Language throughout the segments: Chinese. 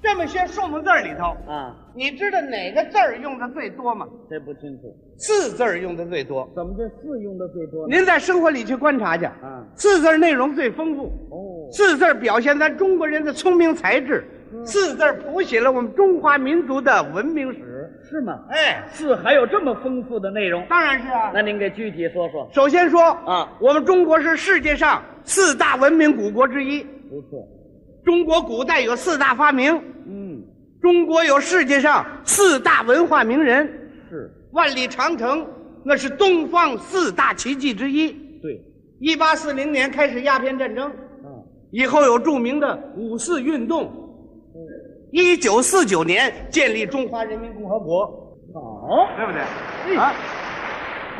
这么些数目字儿里头，啊，你知道哪个字儿用的最多吗？这不清楚，四字儿用的最多。怎么这四用的最多呢？您在生活里去观察去，啊，四字儿内容最丰富，哦，四字儿表现咱中国人的聪明才智，嗯四字儿谱写了我们中华民族的文明史。是吗？哎，四还有这么丰富的内容，当然是啊。那您给具体说说。首先说啊，我们中国是世界上四大文明古国之一。不错，中国古代有四大发明，嗯，中国有世界上四大文化名人，是万里长城那是东方四大奇迹之一。对，一八四零年开始鸦片战争，啊，以后有著名的五四运动。一九四九年建立中华人民共和国，好，对不对？嗯啊，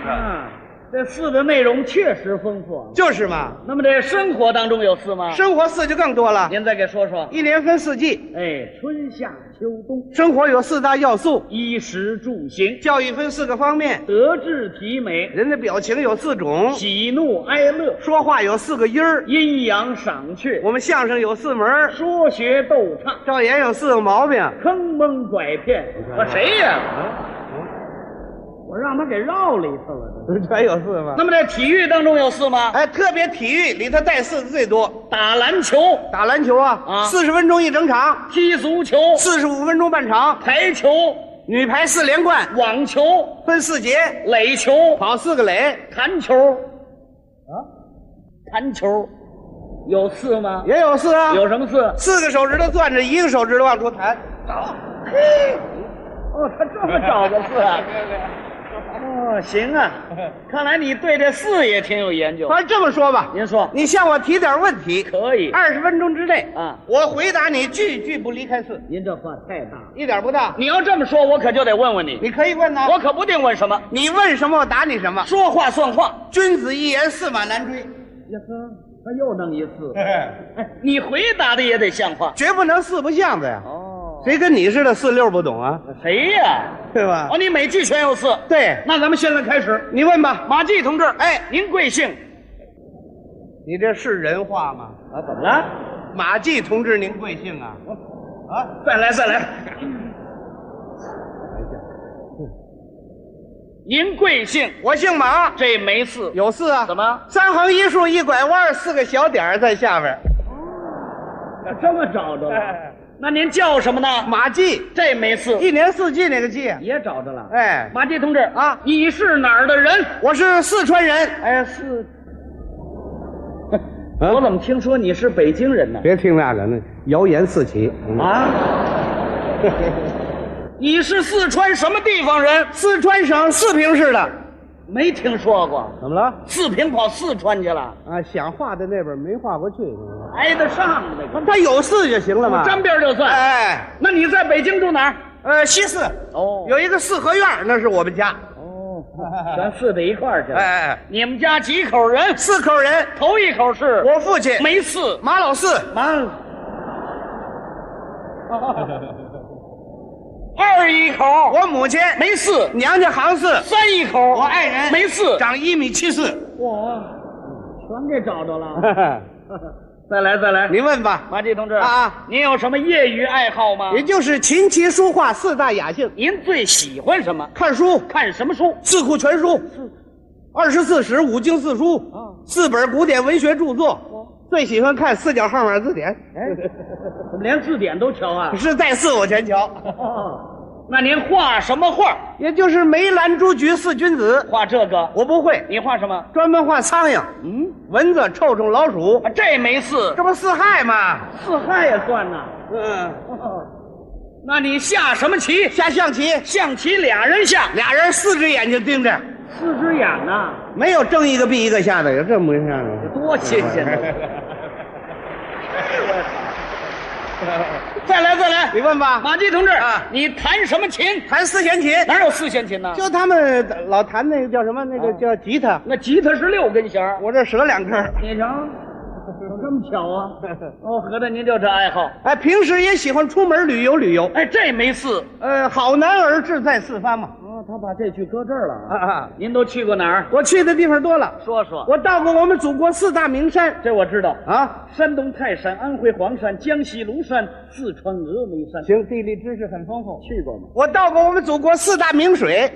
啊，这四的内容确实丰富啊。就是嘛。那么这生活当中有四吗？生活四就更多了，您再给说说。一年分四季，哎，春夏秋冬，生活有四大要素。衣食住行，教育分四个方面，德智体美，人的表情有四种，喜怒哀乐，说话有四个音儿，阴阳赏却，我们相声有四门儿，说学逗唱。赵岩有四个毛病。坑蒙拐骗，我谁呀、啊 我让他给绕里头了。全有四吗那？么在体育当中有 四吗？哎，特别体育里头带四的最多，打篮球、打篮球啊，啊四十分钟一整场，踢足球、四十五分钟半场，排球、女排四连冠，网球、分四节，垒球、跑四个垒，弹球。啊，弹球有四吗？也有四啊，有什么四？四个手指头攥着，一个手指头往出弹。哦，他这么找个四啊？ 哦，行啊，看来你对这四也挺有研究。反正这么说吧，您说你向我提点问题，可以？二十分钟之内啊我回答你句句不离开四，您这话太大了。一点不大。你要这么说，我可就得问问你。啊你嗯可以问呐，我可不定问什么，你问什么我答你什么。说话算话。君子一言，驷马难 追，呀呵，他又弄一次。你回答的也得像话。绝不能四不像的呀。哦，谁跟你似的四六不懂啊？谁呀？对吧哦，？你每句全有四。对，那咱们现在开始。你问吧。马季同志，哎，您贵姓？你这是人话吗？啊，怎么了？马季同志，您贵姓啊？啊，再来，哎再来。您贵姓？我姓马，这没四。有四啊。怎？么？三横一竖一拐弯，四个小点儿在下边。这么找着 了？那您叫什么呢？马季，这没四，一年四季那个季。也找着了。哎，马季同志啊你是哪儿的人？我是四川人。哎，是。我怎么听说你是北京人呢？啊别听那个，那谣言四起。 啊？你是四川什么地方人？四川省四平市的。没听说过。怎么了？四平跑四川去了，啊，想画的那边没画过去，挨得上那个。他有四就行了嘛。沾边就算。啊哎，那你在北京住哪儿？呃，西四哦有一个四合院儿，那是我们家。哦，全四得一块儿去了。哎，你们家几口人？四口人，头一口是我父亲没四。马老四，妈。二一口我母亲没四，娘家行四，三一口我爱人没四。长一米七四。我全给找着了。再来再来，您问吧，马季同志啊您有什么业余爱好吗？也就是琴棋书画四大雅兴。您最喜欢什么？看书，看什么书？四库全书，二十四史、五经四书，哦四本古典文学著作。最喜欢看四角号码字典，怎么连字典都瞧 啊？是在四我全瞧。哦，那您画什么画？也就是梅兰竹菊四君子，画这个？我不会，你画什么？啊专门画苍蝇、嗯，蚊子、臭虫、老鼠啊，这没四这，不四害吗？四害也算呐。嗯，那你下什么棋？下象棋，象棋俩人下，俩人四只眼睛盯着，四只眼呐，没有睁一个闭一个下的，有这么回事吗？多新鲜 呐！再来再来，你问吧，马季同志啊你弹什么琴？弹四弦琴，哪有四弦琴呢？就他们老弹那个叫什么，那个叫吉他，那吉他是六根弦儿我这折两根儿。你瞧，怎么这么巧啊？哦，合着您就这爱好？哎，平时也喜欢出门旅游旅游。哎，这没事。呃，好男儿志在四方嘛。哦，他把这句搁这儿了啊啊。啊，您都去过哪儿？我去的地方多了，说说。我到过我们祖国四大名山这我知道，啊。山东泰山、安徽黄山、江西庐山、四川峨眉山，行，地理知识很丰富。去过吗？我到过我们祖国四大名水，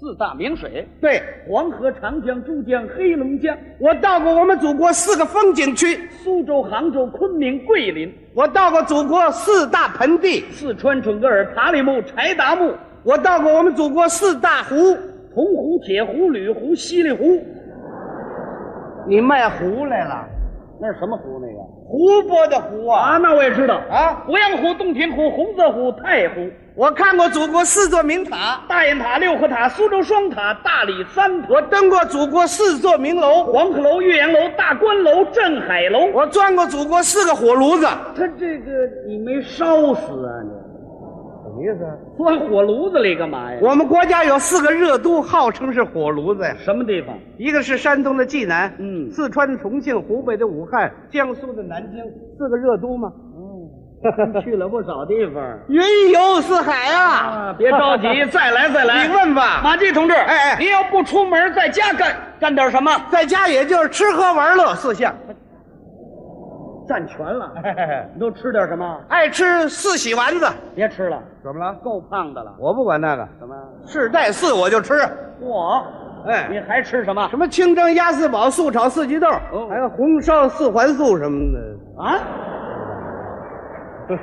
四大名水：对黄河、长江、珠江、黑龙江。我到过我们祖国四个风景区，苏州、杭州、昆明、桂林、我到过祖国四大盆地，四川准格尔、塔里木、柴达木、我到过我们祖国四大湖。铜湖、铁湖、吕湖、西里湖，你卖湖来了？那是什么湖？那个湖泊的湖啊啊，那我也知道啊！鄱阳湖、洞庭湖、洪泽湖、太湖、我看过祖国四座名塔，大雁塔、六合塔、苏州双塔、大理三我河、登过祖国四座名楼，黄鹤楼、岳阳楼、大观楼、镇海楼。我钻过祖国四个火炉子。他这个你没烧死啊你？什么意思？啊钻火炉子里干嘛呀？我们国家有四个热都，号称是火炉子呀。什么地方？一个是山东的济南，嗯四川的重庆，湖北的武汉，江苏的南京，四个热都嘛。哦， 去了不少地方云游四海啊！啊！别 着 急，再来再来。你问吧马季同志，哎哎您要不出门，在家干干点什么？在家也就是吃喝玩乐四项，占全 了，你都吃点什么？爱吃四喜丸子。别吃了，怎么了？够胖的了。我不管那个，什么？是带四我就吃。我？你哎，还吃什么？什么清蒸鸭四宝、素炒四季豆，哦还有红烧四环素什么的。 啊？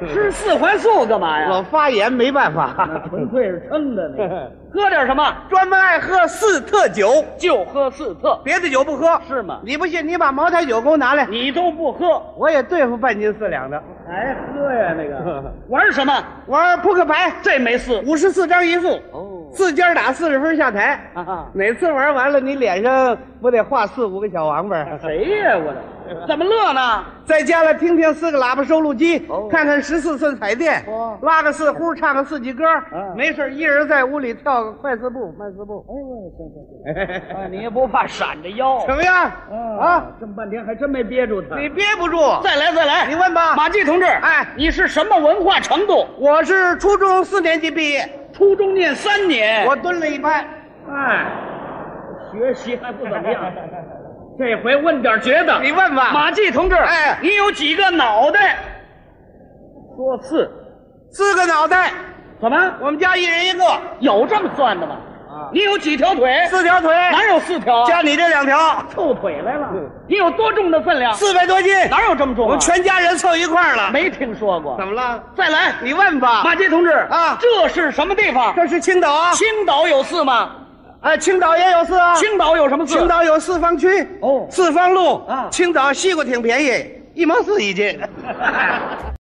吃四环素干嘛我呀？啊发炎没办法，纯粹是撑的那 个。喝点什么？ 专门爱喝四特酒，就喝四特，别的酒不喝。是吗？你不信，你把茅台酒给我拿来，你都不喝，我也对付半斤四两的。还喝呀？那 个玩什么？玩扑克牌，这没事。五十四张一副，哦四尖打四十分下台。啊，哪次玩完了，你脸上不得画四五个小王八儿？谁呀？我 这怎么乐呢？在家了，听听四个喇叭收录机，哦看看十四寸彩电哇，拉个四胡，唱个四季歌。嗯没事儿，一人在屋里跳个快四步、慢四 步。哎呦，行行行，啊，你也不怕闪着腰怎么样？嗯啊，，这么半天还真没憋住他。你憋不住。再来再来，你问吧马季同志，啊哎你是什么文化程度？我是初中四年级毕业，初中念三年，我蹲了一拍。哎，学习还不怎么样，这回问点觉得。你问吧马季同志，哎你有几个脑袋？说四，四个脑袋，怎么我们家一人一个，有这么算的吗？啊你有几条腿？四条腿，哪有四条啊？加你这两条，臭腿来了嗯。你有多重的分量？四百多斤，哪有这么重我啊？们全家人凑一块儿了。没听说过怎。么了？再来，你问吧。马季同志啊这是什么地方？这是青岛啊，青岛有四吗？哎，青岛也有四啊。青岛有什么四？青岛有四方区哦四方路啊青岛西瓜挺便宜，一毛四一斤。